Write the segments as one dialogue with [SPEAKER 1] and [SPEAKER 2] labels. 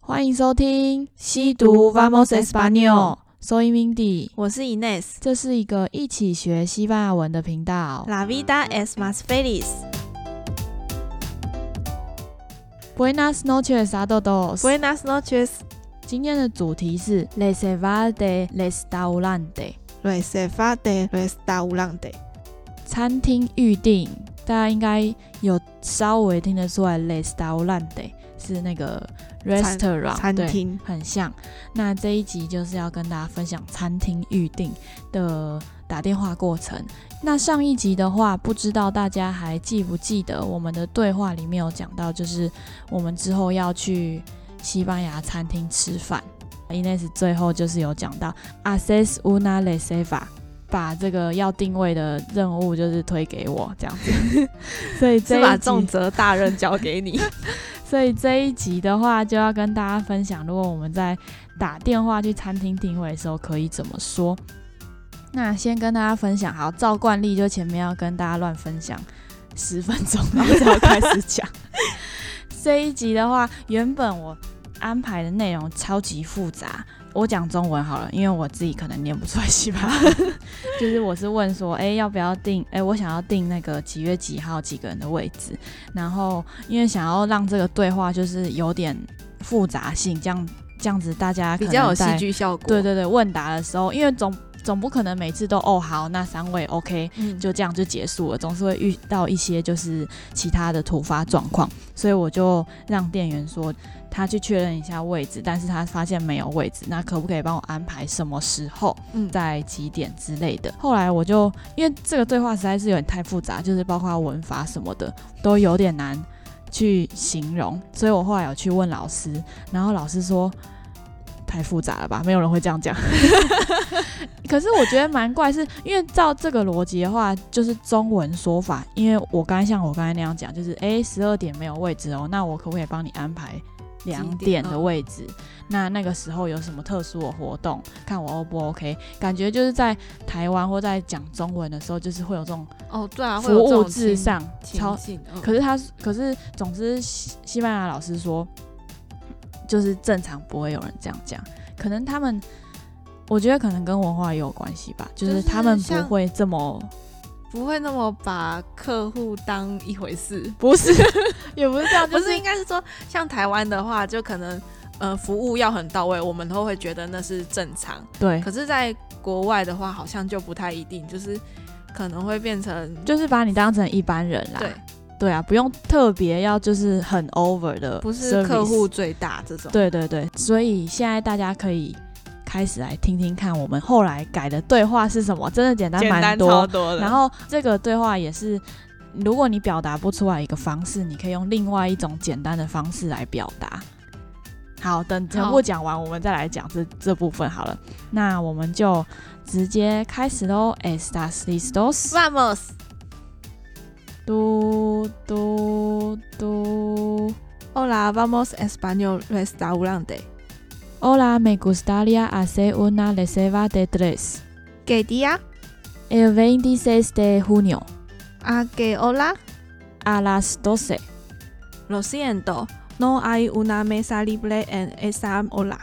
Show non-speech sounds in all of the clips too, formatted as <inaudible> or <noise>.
[SPEAKER 1] 欢迎收听《西读 Vamos Español》，Soy Mindy。
[SPEAKER 2] 我是 Ines。
[SPEAKER 1] 这是一个一起学西班牙文的频道。
[SPEAKER 2] La vida es más feliz.
[SPEAKER 1] Buenas noches a todos。
[SPEAKER 2] Buenas noches.
[SPEAKER 1] 今天的主题是 Reserva de restaurante，
[SPEAKER 2] Reserva de restaurante.
[SPEAKER 1] 餐厅预定。大家应该有稍微听得出来，restaurante 是那个 restaurant
[SPEAKER 2] 餐
[SPEAKER 1] 对
[SPEAKER 2] 厅
[SPEAKER 1] 很像。那这一集就是要跟大家分享餐厅预定的打电话过程。那上一集的话，不知道大家还记不记得我们的对话里面有讲到，就是我们之后要去西班牙餐厅吃饭。Ines 最后就是有讲到 access una reserva，把这个要定位的任务就是推给我这样子， <laughs> 所以这
[SPEAKER 2] 是
[SPEAKER 1] 一
[SPEAKER 2] 把
[SPEAKER 1] 集
[SPEAKER 2] 重责大任交给 <laughs> 你。
[SPEAKER 1] <laughs> 所以这一集的话，就要跟大家分享，如果我们在打电话去餐厅定位的时候，可以怎么说。那先跟大家分享，好，照惯例就前面要跟大家乱分享十分钟，然后才要开始讲。 <laughs> 这一集的话，原本我安排的内容超级复杂，我讲中文好了，因为我自己可能念不出来西班牙文。 <laughs> 就是我是问说，哎、要不要订？哎、我想要订那个几月几号几个人的位置，然后因为想要让这个对话就是有点复杂性，这样这样子大家可
[SPEAKER 2] 比
[SPEAKER 1] 能
[SPEAKER 2] 较有
[SPEAKER 1] 在
[SPEAKER 2] 戏剧效果。
[SPEAKER 1] 对，对对，问答的时候，因为总总不可能每次都哦好，那三位 OK，
[SPEAKER 2] 嗯，
[SPEAKER 1] 就这样就结束了，总是会遇到一些就是其他的突发状况，所以我就让店员说他去确认一下位置，但是他发现没有位置，那可不可以帮我安排什么时候？
[SPEAKER 2] 嗯，
[SPEAKER 1] 在几点之类的。后来我就因为这个对话实在是有点太复杂，就是包括文法什么的都有点难去形容，所以我后来有去问老师，然后老师说太复杂了吧，没有人会这样
[SPEAKER 2] <laughs>
[SPEAKER 1] 讲。可是我觉得蛮怪是，因为照这个逻辑的话，就是中文说法，因为我刚才像我刚才那样讲，就是诶十二点没有位置哦，那我可不可以帮你安排两
[SPEAKER 2] 几
[SPEAKER 1] 点
[SPEAKER 2] 点
[SPEAKER 1] 的
[SPEAKER 2] 嗯
[SPEAKER 1] 位置？那那个时候有什么特殊的活动，看我 O 不 OK？感觉就是在台湾或在讲中文的时候，就是会有这种
[SPEAKER 2] 哦，对啊，会
[SPEAKER 1] 服
[SPEAKER 2] 有这
[SPEAKER 1] 务
[SPEAKER 2] 种
[SPEAKER 1] 至
[SPEAKER 2] 情
[SPEAKER 1] 上、超
[SPEAKER 2] 情境。嗯
[SPEAKER 1] 可是他，可是总之，西西班牙老师说，就是正常不会有人这样讲，可能他们，我觉得可能跟文化也有关系吧，就
[SPEAKER 2] 就是是
[SPEAKER 1] 他们不
[SPEAKER 2] 像
[SPEAKER 1] 会这么，
[SPEAKER 2] 不会那么把客户当一回事。
[SPEAKER 1] 不是， <laughs> 也不是这样，就
[SPEAKER 2] 不
[SPEAKER 1] 是
[SPEAKER 2] 是，应该是说，像台湾的话，就可能呃服务要很到位，我们都会觉得那是正常。
[SPEAKER 1] 对，
[SPEAKER 2] 可是，在国外的话，好像就不太一定，就是可能会变成
[SPEAKER 1] 就是把你当成一般人啦，
[SPEAKER 2] 对，
[SPEAKER 1] 对啊，不用特别要就是很 over 的 service，
[SPEAKER 2] 不是客户最大这种。
[SPEAKER 1] 对对对，所以现在大家可以开始来听听看，我们后来改的对话是什么，真的简单蛮多，
[SPEAKER 2] <laughs> 多的
[SPEAKER 1] 然后这个对话也是，如果你表达不出来一个方式，你可以用另外一种简单的方式来表达。好，等全部
[SPEAKER 2] 好
[SPEAKER 1] 讲完，我们再来讲这这部分好了。那我们就直接开始喽。Estas listos？
[SPEAKER 2] vamos
[SPEAKER 1] 嘟嘟嘟。
[SPEAKER 2] hola vamos español restaurante
[SPEAKER 1] Hola, me gustaría hacer una reserva de tres
[SPEAKER 2] qué día
[SPEAKER 1] el 26 de junio
[SPEAKER 2] a qué hora
[SPEAKER 1] a las doce.
[SPEAKER 2] lo siento no hay una mesa libre en esa hora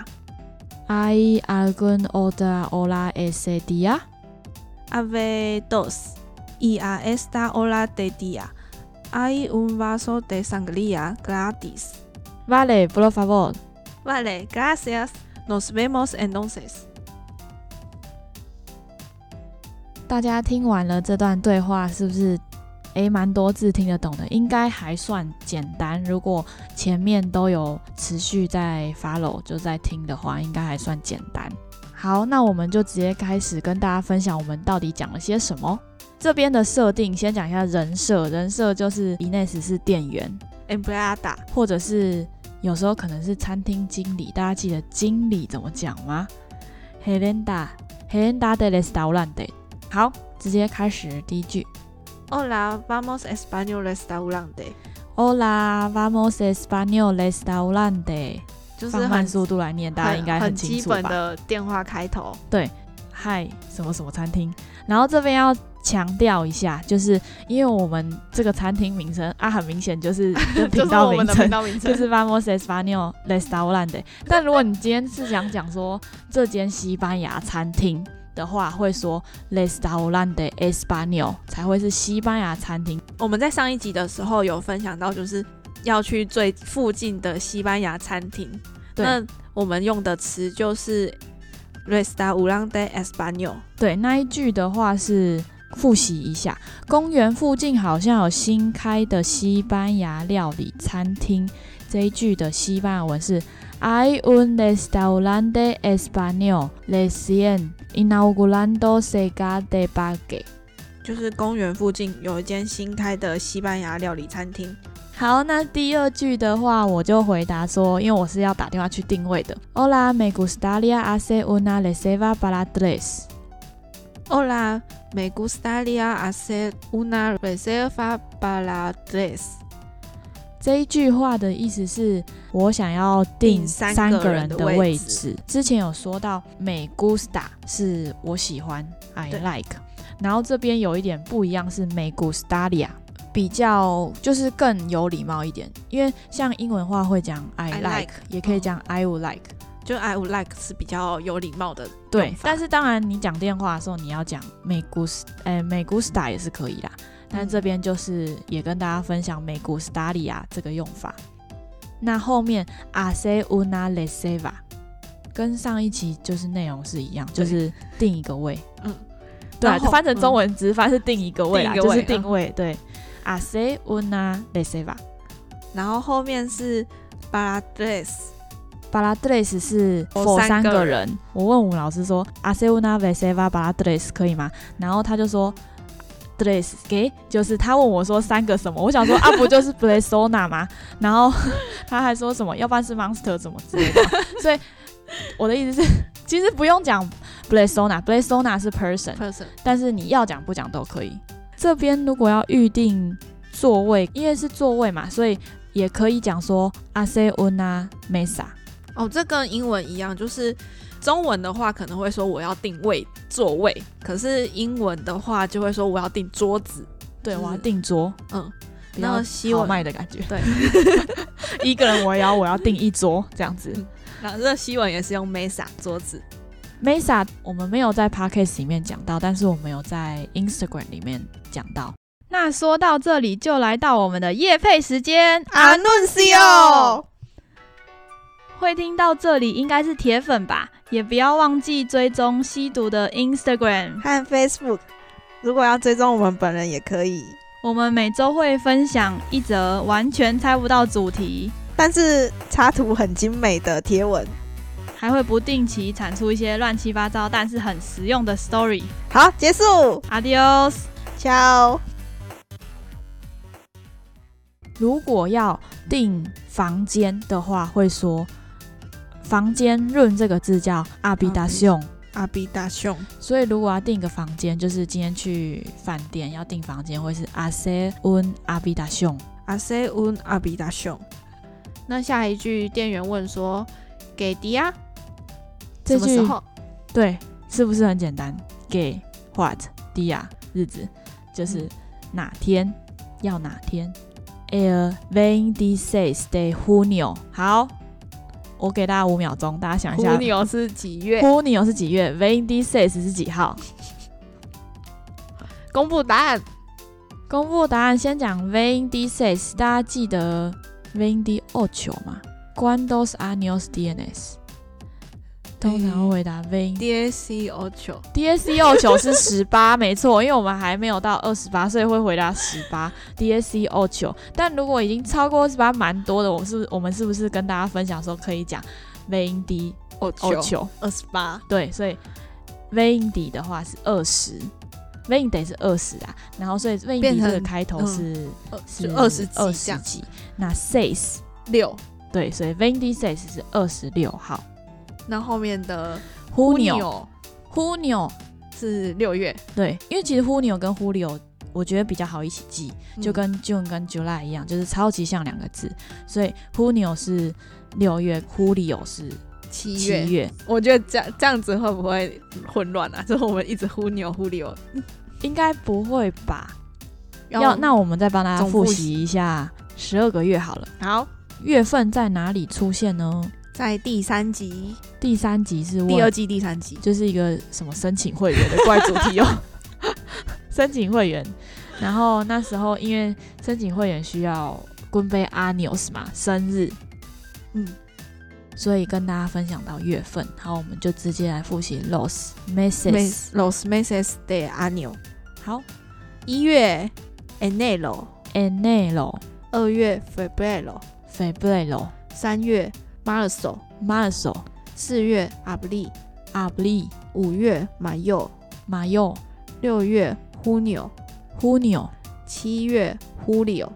[SPEAKER 1] ¿Hay algún otra hora ese día?
[SPEAKER 2] a ver dos y a esta hora de día hay un vaso de sangría gratis
[SPEAKER 1] Vale, por favor.
[SPEAKER 2] vale gracias nos vemos entonces
[SPEAKER 1] 大家听完了这段对话，是不是诶蛮多字听得懂的？应该还算简单。如果前面都有持续在 follow 就在听的话，应该还算简单。好，那我们就直接开始跟大家分享我们到底讲了些什么。这边的设定，先讲一下人设。人设就是 Ines 是店员，
[SPEAKER 2] empleada
[SPEAKER 1] 或者是有时候可能是餐厅经理。大家记得经理怎么讲吗？Helena，Helena de restaurante。好，直接开始第一句。
[SPEAKER 2] hola vamos español restaurante
[SPEAKER 1] Hola, vamos español restaurante。
[SPEAKER 2] 就是
[SPEAKER 1] 放慢速度来念，大家应该
[SPEAKER 2] 很
[SPEAKER 1] 清
[SPEAKER 2] 基
[SPEAKER 1] 楚
[SPEAKER 2] 本
[SPEAKER 1] 吧？ <laughs>
[SPEAKER 2] 的电话开头。
[SPEAKER 1] 嗨，什么什么餐厅。然后这边要强调一下，就是因为我们这个餐厅名称啊，很明显就是
[SPEAKER 2] <laughs>
[SPEAKER 1] 就
[SPEAKER 2] 这
[SPEAKER 1] 频
[SPEAKER 2] 是
[SPEAKER 1] 道
[SPEAKER 2] 我
[SPEAKER 1] 名
[SPEAKER 2] 们的频
[SPEAKER 1] 称。
[SPEAKER 2] 道名称，
[SPEAKER 1] 就是 Vamos Español Restaurante。但如果你今天是想讲说这间西班牙餐厅的话，会说 Restaurante Español 才会是西班牙餐厅。
[SPEAKER 2] 我们在上一集的时候有分享到，就是要去最附近的西班牙餐厅。
[SPEAKER 1] 对
[SPEAKER 2] 那我们用的词就是 restaurante español。
[SPEAKER 1] 对，那一句的话是复习一下，公园附近好像有新开的西班牙料理餐厅。这一句的西班牙文是 Hay un restaurante español recién inaugurado cerca de Parque。
[SPEAKER 2] 就是公园附近有一间新开的西班牙料理餐厅，
[SPEAKER 1] 好，那第二句的话，我就回答说，因为我是要打电话去定位的。Hola, me gustaría hacer una reserva para tres。
[SPEAKER 2] Hola, me gustaría hacer una reserva para tres。
[SPEAKER 1] 这一句话的意思是我想要订
[SPEAKER 2] 订三
[SPEAKER 1] 三
[SPEAKER 2] 个
[SPEAKER 1] 个
[SPEAKER 2] 人
[SPEAKER 1] 人
[SPEAKER 2] 的
[SPEAKER 1] 的
[SPEAKER 2] 位
[SPEAKER 1] 位
[SPEAKER 2] 置
[SPEAKER 1] 置。之前有说到美 gusta 是我喜欢，I
[SPEAKER 2] 对
[SPEAKER 1] like。然后这边有一点不一样是美 gustaria，比较就是更有礼貌一点，因为像英文话会讲 I
[SPEAKER 2] I
[SPEAKER 1] like，,
[SPEAKER 2] like，
[SPEAKER 1] 也可以
[SPEAKER 2] 哦
[SPEAKER 1] 讲 I would like。
[SPEAKER 2] 就 I would like 是比较有礼貌的，
[SPEAKER 1] 对
[SPEAKER 2] 用，法
[SPEAKER 1] 但是当然，你讲电话的时候，你要讲美古斯，哎，美古斯达也是可以
[SPEAKER 2] 嗯
[SPEAKER 1] 啦。但这边就是也跟大家分享美古斯达里亚这个用法。那后面阿塞乌纳雷塞瓦，跟上一期就是内容是一样，
[SPEAKER 2] 对
[SPEAKER 1] 就是定一个位。
[SPEAKER 2] 嗯，
[SPEAKER 1] 对啊，
[SPEAKER 2] 然后嗯
[SPEAKER 1] 翻成中文直翻是定一个位啦，
[SPEAKER 2] 定一个
[SPEAKER 1] 就
[SPEAKER 2] 位
[SPEAKER 1] 是定位。对，阿塞乌纳雷塞瓦，
[SPEAKER 2] 然后后面是 para tres。
[SPEAKER 1] 巴拉德雷斯是
[SPEAKER 3] 哦
[SPEAKER 1] for
[SPEAKER 2] for
[SPEAKER 1] 三
[SPEAKER 2] 三
[SPEAKER 1] 个
[SPEAKER 2] 个
[SPEAKER 1] 人。我问我们老师说阿塞乌纳维塞瓦巴拉德雷斯可以吗？然后他就说。dress 给就是他问我说三个什么，我想说啊不就是 b l e s o n a 吗？然后 <laughs> 他还说什么，要不然是 monster 怎么之类的。所以我的意思是，其实不用讲 b l e s o n a b l e s o n a 是 person，
[SPEAKER 2] person
[SPEAKER 1] 但是你要讲不讲都可以。这边如果要预定座位，因为是座位嘛，所以也可以讲说阿塞乌纳 mesa。
[SPEAKER 2] 哦，这跟英文一样，就是中文的话可能会说我要定位座位，可是英文的话就会说我要定桌子。
[SPEAKER 1] 对，
[SPEAKER 2] 就是
[SPEAKER 1] 我要定桌，
[SPEAKER 2] 嗯，
[SPEAKER 1] 比较
[SPEAKER 2] 那希
[SPEAKER 1] 豪
[SPEAKER 2] 望
[SPEAKER 1] 迈的感觉。
[SPEAKER 2] 对，
[SPEAKER 1] <laughs> 一个人我也要我要定一桌这样
[SPEAKER 4] 嗯
[SPEAKER 1] 子。
[SPEAKER 2] 然后这西文也是用 mesa 桌子。
[SPEAKER 1] Mesa 我们没有在 Podcast 里面讲到，但是我们有在 Instagram 里面讲到。那说到这里，就来到我们的夜配时
[SPEAKER 3] 嗯
[SPEAKER 1] 间。
[SPEAKER 2] Anuncio，
[SPEAKER 4] 会听到这里应该是铁粉吧，也不要忘记追踪吸毒的 Instagram。
[SPEAKER 3] 和 Facebook。如果要追踪我们本人也可以，
[SPEAKER 4] 我们每周会分享一则完全猜不到主题，
[SPEAKER 3] 但是插图很精美的贴文。
[SPEAKER 4] 还会不定期产出一些乱七八糟但是很实用的 story。
[SPEAKER 3] 好，结束
[SPEAKER 4] Adios。
[SPEAKER 3] ，ciao。
[SPEAKER 1] 如果要订房间的话，会说房间润这个字叫 habitación。
[SPEAKER 2] 阿比大熊，
[SPEAKER 1] 所以如果要订一个房间，就是今天去饭店要订房间，会是 hacer un habitación。
[SPEAKER 2] 阿塞un 阿比大熊。那下一句店员问说：“给迪啊，
[SPEAKER 1] 这
[SPEAKER 2] 什么时
[SPEAKER 1] 句
[SPEAKER 2] 候
[SPEAKER 1] 对，是不是很简单？Gay what dia 啊日子就是哪天要哪天。El veintiséis de junio。好，我给大家五秒钟，大家想一下
[SPEAKER 2] 牛是几月？
[SPEAKER 1] ，junio 是几月？veintiséis 是几号？
[SPEAKER 2] 公布答案。
[SPEAKER 1] 公布答案，先讲 veintiséis，大家记得 veintiocho 吗？Cuántos años tienes？通常会回答 veinte。
[SPEAKER 2] D C O 九
[SPEAKER 1] DSC 幺九 E 是十八， <laughs> 没错，因为我们还没有到二十八，所以会回答十八 DSC 幺九。但如果已经超过二十八，蛮多的，我们是不是我们是不是跟大家分享说可以讲 v i n d
[SPEAKER 2] 哦
[SPEAKER 1] 幺九？
[SPEAKER 2] 二十八，
[SPEAKER 1] 对，所以 v i n d 的话是二十 v i n d 是二十啊，然后所以 v i n d
[SPEAKER 2] 变
[SPEAKER 1] 这
[SPEAKER 2] 成
[SPEAKER 1] 个开头是、
[SPEAKER 2] 呃
[SPEAKER 1] 是
[SPEAKER 2] 就二十几
[SPEAKER 1] 二
[SPEAKER 2] 这
[SPEAKER 1] 十
[SPEAKER 2] 样。
[SPEAKER 1] 几，那 says
[SPEAKER 2] 六，
[SPEAKER 1] 对，所以 v i n d says 是二十六号
[SPEAKER 2] 那后面的
[SPEAKER 1] Junio Junio
[SPEAKER 2] 是六月，
[SPEAKER 1] 对，因为其实 Junio 跟 Julio 我觉得比较好一起记。就
[SPEAKER 2] 嗯
[SPEAKER 1] 跟 June 跟 July 一样，就是超级像两个字，所以 Junio 是六月，Julio 是
[SPEAKER 2] 七
[SPEAKER 1] 七
[SPEAKER 2] 月。
[SPEAKER 1] 月。
[SPEAKER 2] <laughs> 我觉得这样这样子会不会混乱啊？就是我们一直忽牛忽牛，
[SPEAKER 1] 应该不会吧？
[SPEAKER 2] 要
[SPEAKER 1] 要那我们再帮大家
[SPEAKER 2] 总复
[SPEAKER 1] 复
[SPEAKER 2] 习
[SPEAKER 1] 习一下十二个月好了，
[SPEAKER 2] 好，
[SPEAKER 1] 月份在哪里出现呢？
[SPEAKER 2] 在第三集、
[SPEAKER 1] 第三集是问
[SPEAKER 2] 第二季第三 <laughs> 集，
[SPEAKER 1] 就是一个什么申请会员的 <laughs> 怪主
[SPEAKER 2] <laughs>
[SPEAKER 1] 题哦，申请会员。然后那时候因为申请会员需要棍杯阿纽斯嘛生日，
[SPEAKER 2] 嗯，
[SPEAKER 1] 所以跟大家分享到月份，然后我们就直接来复习 Los Meses。
[SPEAKER 2] Los Meses de Año，
[SPEAKER 1] 好
[SPEAKER 2] 一月 Enero，
[SPEAKER 1] ，Enero、
[SPEAKER 2] 二月 Febrero，
[SPEAKER 1] Febrero、
[SPEAKER 2] 三月 Marzo，
[SPEAKER 1] Marzo、
[SPEAKER 2] 四月 Abril，
[SPEAKER 1] Abril、
[SPEAKER 2] 五月 Mayo，
[SPEAKER 1] Mayo、
[SPEAKER 2] 六月 Junio，
[SPEAKER 1] Junio、
[SPEAKER 2] 七月 Julio，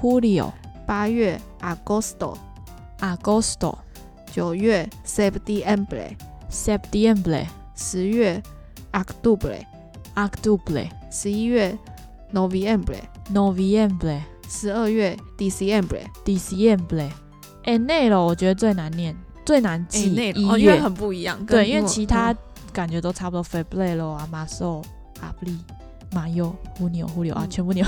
[SPEAKER 1] Julio、
[SPEAKER 2] 八月 Agosto，
[SPEAKER 1] Agosto、
[SPEAKER 2] 九月 Septiembre，
[SPEAKER 1] Septiembre、
[SPEAKER 2] 十月 Octubre，
[SPEAKER 1] Octubre、
[SPEAKER 2] 十一月 Noviembre，
[SPEAKER 1] Noviembre、
[SPEAKER 2] 十二月 Diciembre。
[SPEAKER 1] Diciembre。哎、内容我觉得最难念、最难
[SPEAKER 2] 哎
[SPEAKER 1] 记。
[SPEAKER 2] 内
[SPEAKER 1] 一
[SPEAKER 2] 哦，因
[SPEAKER 1] 月、
[SPEAKER 2] 为很不一样。跟
[SPEAKER 1] 对，因
[SPEAKER 2] 英
[SPEAKER 1] 为
[SPEAKER 2] 文
[SPEAKER 1] 其他
[SPEAKER 2] 嗯
[SPEAKER 1] 感觉都差不多。Febrero 啊、Marzo、Abril、Mayo、Junio、Julio 啊，
[SPEAKER 2] 嗯
[SPEAKER 1] 全部
[SPEAKER 2] <laughs>
[SPEAKER 1] 念。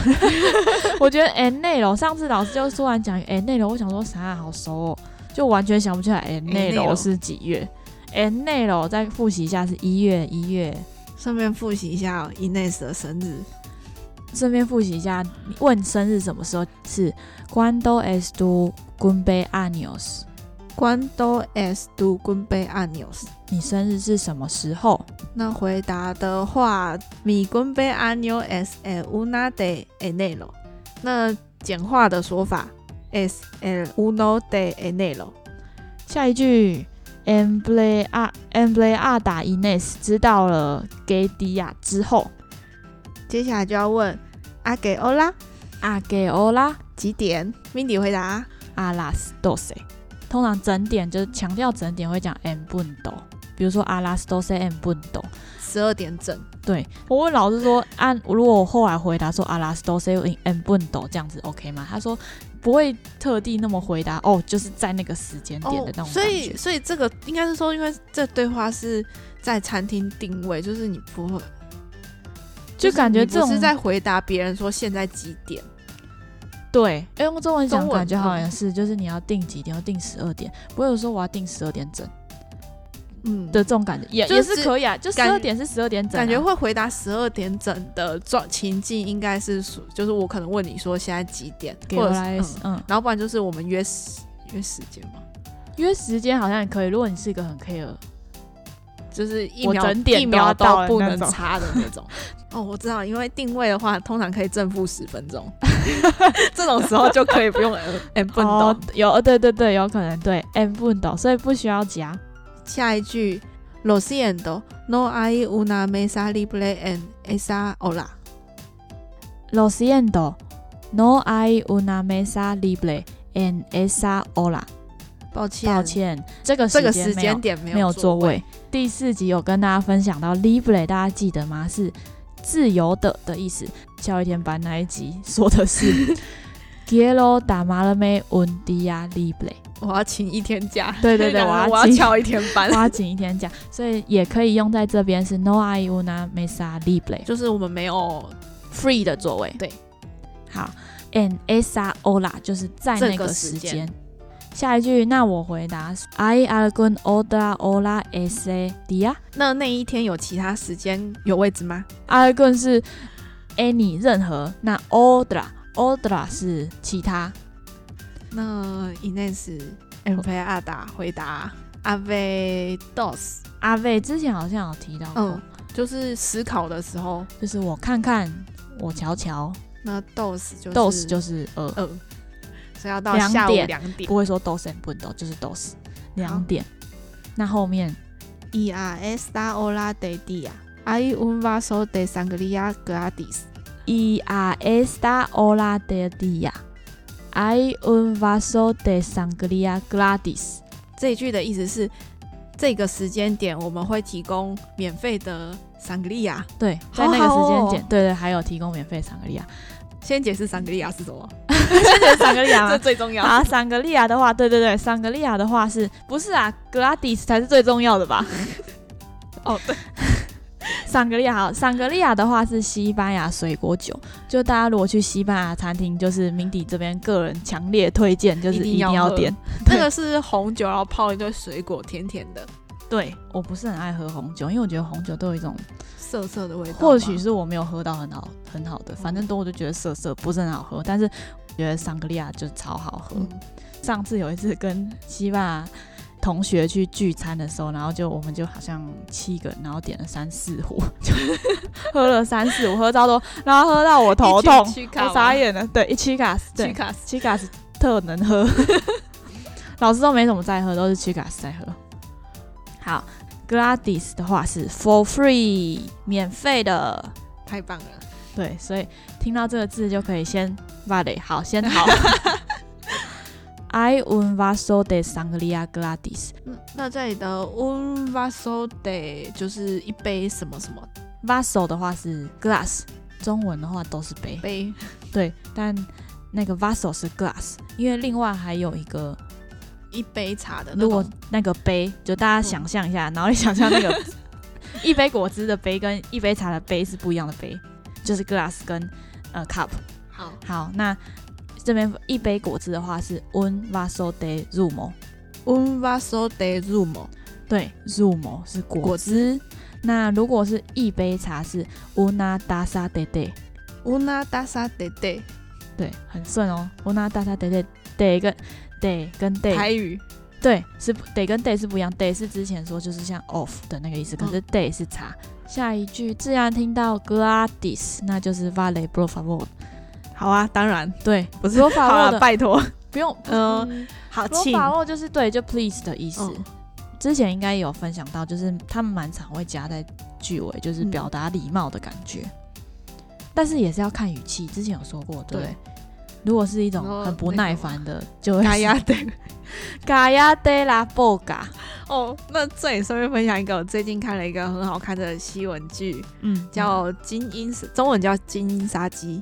[SPEAKER 1] 我觉得哎，内容上次老师就突然讲哎，内容我想说啥啊好熟哦，就完全想不起来哎，内容
[SPEAKER 2] Enero
[SPEAKER 1] 是几月。哎，内容再复习一下是一月一月，
[SPEAKER 2] 顺便复习一下哦 Ines 的生日，
[SPEAKER 1] 顺便复习一下问生日什么时候是 Cuando es tu cumpleaños？
[SPEAKER 2] Cuando es tu cumpleaños？
[SPEAKER 1] 你生日是什么时候？
[SPEAKER 2] 那回答的话，Mi cumpleaños es el uno de enero。那简化的说法，es el uno de enero。
[SPEAKER 1] 下一句 m b l e a m b l e a 打 Ines 知道了 Gay d i 之后
[SPEAKER 2] 接下来就要问阿给欧拉
[SPEAKER 1] ，a g e o l a
[SPEAKER 2] 几点？Mindy 回答
[SPEAKER 1] a las doce。通常整点就是强调整点会讲 m bundo，比如说 a las doce m bundo。
[SPEAKER 2] 十二点整。
[SPEAKER 1] 对我问老师说，按如果我后来回答说 a las doce m bundo 这样子 OK 吗？他说不会特地那么回答哦，就是在那个时间点的那种感觉。
[SPEAKER 2] 哦所以，所以这个应该是说，因为这对话是在餐厅定位，就是你不会，
[SPEAKER 1] 就感觉这
[SPEAKER 2] 是你
[SPEAKER 1] 种
[SPEAKER 2] 不是在回答别人说现在几点，
[SPEAKER 1] 对，要哎用中文讲
[SPEAKER 2] 中文哦
[SPEAKER 1] 感觉好像是，就是你要定几点，要定十二点，不会有说我要定十二点整
[SPEAKER 2] 嗯
[SPEAKER 1] 的这种感觉，也
[SPEAKER 2] 就
[SPEAKER 1] 也
[SPEAKER 2] 是
[SPEAKER 1] 是可以啊，就十
[SPEAKER 2] 感
[SPEAKER 1] 二点是十二点整啊、
[SPEAKER 2] 感觉会回答十二点整的状情境，应该是属就是我可能问你说现在几点，
[SPEAKER 1] 给
[SPEAKER 2] 或
[SPEAKER 1] 我
[SPEAKER 2] 者是
[SPEAKER 1] 来，
[SPEAKER 2] 嗯，
[SPEAKER 1] 嗯，
[SPEAKER 2] 然后不然就是我们约时约时间嘛，
[SPEAKER 1] 约时间好像也可以，如果你是一个很 care，
[SPEAKER 2] 就是一
[SPEAKER 1] 我
[SPEAKER 2] 秒
[SPEAKER 1] 整点
[SPEAKER 2] 一
[SPEAKER 1] 都要
[SPEAKER 2] 秒
[SPEAKER 1] 到
[SPEAKER 2] 到
[SPEAKER 1] 的
[SPEAKER 2] 不
[SPEAKER 1] 那
[SPEAKER 2] <laughs> 能
[SPEAKER 1] 种
[SPEAKER 2] 差的那种。哦，我知道，因为定位的话，通常可以正负十分 <laughs> 钟，这种时候就可以不用 M <laughs> M 笨斗。
[SPEAKER 1] 哦有，对对对，有可能对 M 不懂，所以不需要加。
[SPEAKER 2] 下一句，Lo siento, no hay una mesa libre en esa hora。
[SPEAKER 1] Lo siento, no hay una mesa libre en esa hora。
[SPEAKER 2] 抱歉，
[SPEAKER 1] 抱，歉，这个
[SPEAKER 2] 这个
[SPEAKER 1] 时
[SPEAKER 2] 时
[SPEAKER 1] 没有
[SPEAKER 2] 间点没
[SPEAKER 1] 没有座
[SPEAKER 2] 座
[SPEAKER 1] 位。。第四集有跟大家分享到 libre，大家记得吗？是自由的的意思。教一天班那一集说的 <laughs> 是 quiero darme un día libre，
[SPEAKER 2] 我要请一天假。
[SPEAKER 1] 对对对
[SPEAKER 2] <laughs> 然后
[SPEAKER 1] 我
[SPEAKER 2] 我
[SPEAKER 1] 要
[SPEAKER 2] 要
[SPEAKER 1] 请
[SPEAKER 2] 翘一天班。
[SPEAKER 1] 抓紧一天讲， <laughs> 所以也可以用在这边是 no hay una mesa libre
[SPEAKER 2] <laughs> 就是我们没有
[SPEAKER 1] free 的座位。
[SPEAKER 2] 对，
[SPEAKER 1] 好，en esa hora 就是在那
[SPEAKER 2] 这
[SPEAKER 1] 个
[SPEAKER 2] 个
[SPEAKER 1] 时
[SPEAKER 2] 时间
[SPEAKER 1] 间。下一句，那我回答是 hay algún otra hora ese día？
[SPEAKER 2] 那那一天有其他时间有位置吗？
[SPEAKER 1] 阿拉棍是 any 任何，那 odra odra 是其他。
[SPEAKER 2] 那 Ines M P 阿达回答 Ave dos，
[SPEAKER 1] 阿伟之前好像有提到过，
[SPEAKER 2] 嗯，就是思考的时候，
[SPEAKER 1] 就是我看看，我瞧瞧
[SPEAKER 2] 那 dos 就是
[SPEAKER 1] ，dos 就是呃，
[SPEAKER 2] 呃，所以要到
[SPEAKER 1] 两
[SPEAKER 2] 下午
[SPEAKER 1] 点
[SPEAKER 2] 两点
[SPEAKER 1] 不。会说 dos and 不 dos，就是 dos 两点。那后面
[SPEAKER 2] Y E a esta hora de día hay 啊 un vaso de sangría gratis。
[SPEAKER 1] y，E a esta hora de día hay un vaso E de sangría gratis。
[SPEAKER 2] 这一句的意思是，这个时间点我们会提供免费的 sangría。
[SPEAKER 1] 对，在
[SPEAKER 2] 好
[SPEAKER 1] 那个时间
[SPEAKER 2] 好哦
[SPEAKER 1] 点，对对，还有提供免费桑格
[SPEAKER 2] <laughs>
[SPEAKER 1] 利亚。
[SPEAKER 2] 先解释 sangría 是什么，
[SPEAKER 1] 桑格利亚
[SPEAKER 2] 这最重
[SPEAKER 1] <laughs>
[SPEAKER 2] 要。
[SPEAKER 1] 啊，桑格利亚的话，对对对，桑格利亚的话是不是啊？Gladys 才是最重要的吧？
[SPEAKER 2] 哦，对，
[SPEAKER 1] <laughs> 桑格利亚好，桑格利亚的话是西班牙水果酒，就大家如果去西班牙餐厅，就是明迪这边个人强烈推荐，就是
[SPEAKER 2] 一
[SPEAKER 1] 一
[SPEAKER 2] 定
[SPEAKER 1] 定
[SPEAKER 2] 要
[SPEAKER 1] 要
[SPEAKER 2] 喝
[SPEAKER 1] 点。
[SPEAKER 2] 那个是红酒，然后泡一堆水果，甜甜的，
[SPEAKER 1] 对我不是很爱喝红酒，因为我觉得红酒都有一种，
[SPEAKER 2] 涩涩的味道吧。
[SPEAKER 1] 或许是我没有喝到很好很好的，反正都我就觉得涩涩，不是很好喝。但是我觉得桑格利亚就超好喝。
[SPEAKER 2] 嗯
[SPEAKER 1] 上次有一次跟西班牙同学去聚餐的时候，然后就我们就好像七个人，然后点了三四壶， <laughs> 就喝了三四壶，喝到都，然后喝到我头痛，
[SPEAKER 2] 一起去卡
[SPEAKER 1] 我
[SPEAKER 2] 吗
[SPEAKER 1] 傻眼了。对，一七卡斯，对
[SPEAKER 2] 去，卡斯
[SPEAKER 1] 七卡斯特能喝， <laughs> 老师都没怎么在喝，都是七卡斯在喝。好，Gladys 的话是 for free，免费的。
[SPEAKER 2] 太棒了，
[SPEAKER 1] 对，所以听到这个字就可以先 vale 好，先好。I un vaso de sangria Gladys。
[SPEAKER 2] 嗯那这里的 un vaso de 就是一杯什么什么
[SPEAKER 1] vaso 的话是 glass，中文的话都是杯。
[SPEAKER 2] 杯，
[SPEAKER 1] 对，但那个 vaso 是 glass，因为另外还有一个，
[SPEAKER 2] 一杯茶的那
[SPEAKER 1] 如
[SPEAKER 2] 种
[SPEAKER 1] 果。那个杯，就大家想象一下，然后你想象那个 <laughs> 一杯果汁的杯跟一杯茶的杯是不一样的杯，就是 glass 跟呃 cup。
[SPEAKER 2] 好，
[SPEAKER 1] 好，那这边一杯果汁的话是 un vaso de zumo。
[SPEAKER 2] un vaso de rum，
[SPEAKER 1] 对，zumo 是果汁。
[SPEAKER 2] 果
[SPEAKER 1] 那如果是一杯茶是 una taza de té，
[SPEAKER 2] una taza de té，
[SPEAKER 1] 对，很顺哦。una taza de té de 跟 de 跟 day
[SPEAKER 2] 台语
[SPEAKER 1] 对是 de 跟 day 是不一样，day 是之前说就是像 off 的那个意思，可是 day 是茶。下一句自然听到 gladis，那就是 vale por favor。
[SPEAKER 3] 好啊，当然，
[SPEAKER 1] 对，
[SPEAKER 3] 不是
[SPEAKER 1] por
[SPEAKER 3] 好
[SPEAKER 1] favor
[SPEAKER 3] 啊，
[SPEAKER 1] 的
[SPEAKER 3] 拜托，
[SPEAKER 1] 不用，
[SPEAKER 3] 嗯
[SPEAKER 1] 嗯
[SPEAKER 3] 好，
[SPEAKER 1] ，por
[SPEAKER 3] 请
[SPEAKER 1] favor 就是对，就 please 的意思。
[SPEAKER 2] 呃嗯
[SPEAKER 1] 之前应该有分享到，就是他们蛮常会加在句尾，就是表达礼貌的感觉，但是也是要看语气。之前有说过，对不对，如果是一
[SPEAKER 2] 然后
[SPEAKER 1] 种很不耐烦的，就会
[SPEAKER 2] 嘎呀
[SPEAKER 1] 是
[SPEAKER 2] 的。
[SPEAKER 1] 嘎呀的啦不嘎，
[SPEAKER 2] <laughs> 哦，那这里顺便分享一个，我最近看了一个很好看的西文剧，
[SPEAKER 1] 嗯，
[SPEAKER 2] 叫《金鹰》，中文叫《金鹰杀机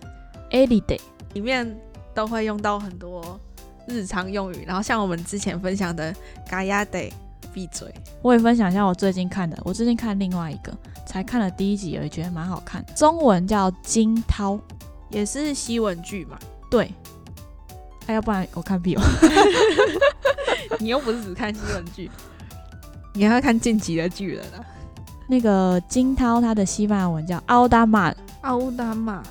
[SPEAKER 1] a l i day，》，
[SPEAKER 2] 里面都会用到很多日常用语，然后像我们之前分享的嘎呀得闭嘴，
[SPEAKER 1] 我也分享一下我最近看的，我最近看另外一个，才看了第一集而已，觉得蛮好看，中文叫惊涛，
[SPEAKER 2] 也是西文剧嘛，
[SPEAKER 1] 对，哎，要不然我看 B 哦，
[SPEAKER 2] 你又不是只看西文 <laughs> 剧。你还要看《晋级的巨人》啊？
[SPEAKER 1] 那个惊涛它的西班牙文叫 a l d a m a
[SPEAKER 2] 奥达玛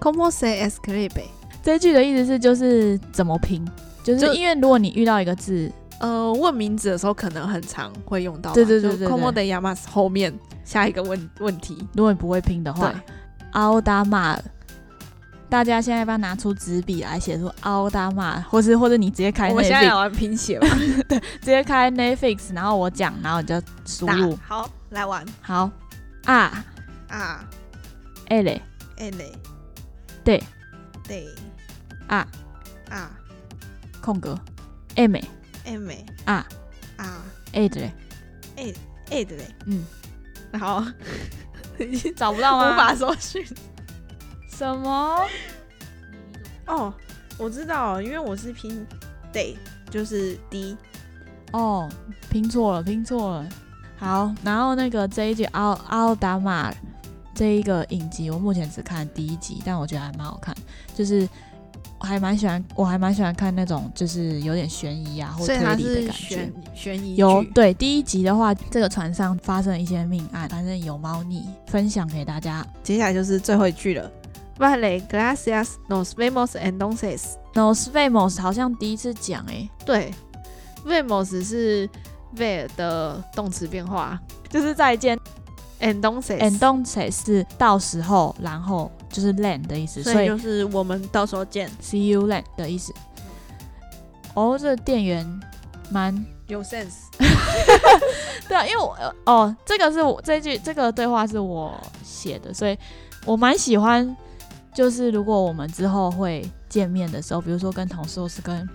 [SPEAKER 2] ，Como se escribe？
[SPEAKER 1] 这一句的意思是就是怎么拼，就
[SPEAKER 2] 就是
[SPEAKER 1] 因为如果你遇到一个字，
[SPEAKER 2] 呃，问名字的时候可能很常会用到吧，
[SPEAKER 1] 对对对对对
[SPEAKER 2] Como de llamas 后面下一个问问题，
[SPEAKER 1] 如果你不会拼的
[SPEAKER 2] 对
[SPEAKER 1] 话，奥达马尔，大家现在要不要拿出纸笔来写出奥达马尔，或是或者你直接开
[SPEAKER 2] 我们现在
[SPEAKER 1] Netflix，
[SPEAKER 2] 要玩拼写吧，
[SPEAKER 1] 直接开 Netflix，然后我讲，然后你就 <laughs> 输
[SPEAKER 3] 打
[SPEAKER 1] 入。
[SPEAKER 3] 好来玩
[SPEAKER 1] 好啊，
[SPEAKER 3] 啊，
[SPEAKER 1] 哎嘞，
[SPEAKER 3] 哎嘞，
[SPEAKER 1] 对
[SPEAKER 3] 对
[SPEAKER 1] 啊
[SPEAKER 3] 啊，
[SPEAKER 1] 空格，m 美
[SPEAKER 3] 哎美
[SPEAKER 1] 啊
[SPEAKER 3] 啊，
[SPEAKER 1] 哎的嘞，
[SPEAKER 3] 哎的嘞，
[SPEAKER 1] 嗯
[SPEAKER 2] 然后已经
[SPEAKER 1] 找不到
[SPEAKER 2] 无
[SPEAKER 1] 吗？
[SPEAKER 2] 法搜寻。
[SPEAKER 1] 什么？
[SPEAKER 3] 哦，我知道，因为我是拼 day，就是 d，
[SPEAKER 1] 哦，拼错了，拼错了。好，然后那个这一句奥奥达玛尔这一个影集，我目前只看第一集，但我觉得还蛮好看，就是我还蛮喜欢，我还蛮喜欢看那种就是有点悬疑啊或
[SPEAKER 2] 所以它
[SPEAKER 1] 推理的
[SPEAKER 2] 是
[SPEAKER 1] 感觉
[SPEAKER 2] 悬。悬疑剧
[SPEAKER 1] 有对第一集的话，这个船上发生了一些命案，反正有猫腻，分享给大家。
[SPEAKER 3] 接下来就是最后一句了。
[SPEAKER 2] Vale, gracias, nos vemos entonces。
[SPEAKER 1] Nos vemos 好像第一次讲欸诶、
[SPEAKER 2] 对，vemos 是 ver 的动词变化
[SPEAKER 1] 就是再见。
[SPEAKER 2] ，entonces。
[SPEAKER 1] And don't say 是到时候，然后就是 land 的意思，
[SPEAKER 3] 所
[SPEAKER 1] 所
[SPEAKER 3] 以
[SPEAKER 1] 以
[SPEAKER 3] 就是我们到时候见。
[SPEAKER 1] See you land 的意思。哦，这个店员蛮
[SPEAKER 2] 有 sense。
[SPEAKER 1] 对啊，因为我呃哦，这个是我这句这个对话是我写的，所以我蛮喜欢。就是如果我们之后会见面的时候，比如说跟同事或是跟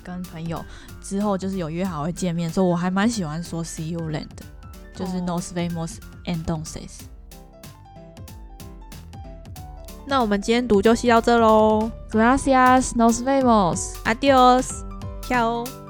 [SPEAKER 1] 跟朋友之后，就是有约好会见面的时候，所以我还蛮喜欢说 See you land，的就是
[SPEAKER 2] 哦
[SPEAKER 1] Nos vemos and don't say。
[SPEAKER 3] 那我们今天读就吸到这喽
[SPEAKER 1] Gracias, nos vemos。
[SPEAKER 3] ，Adios，ciao。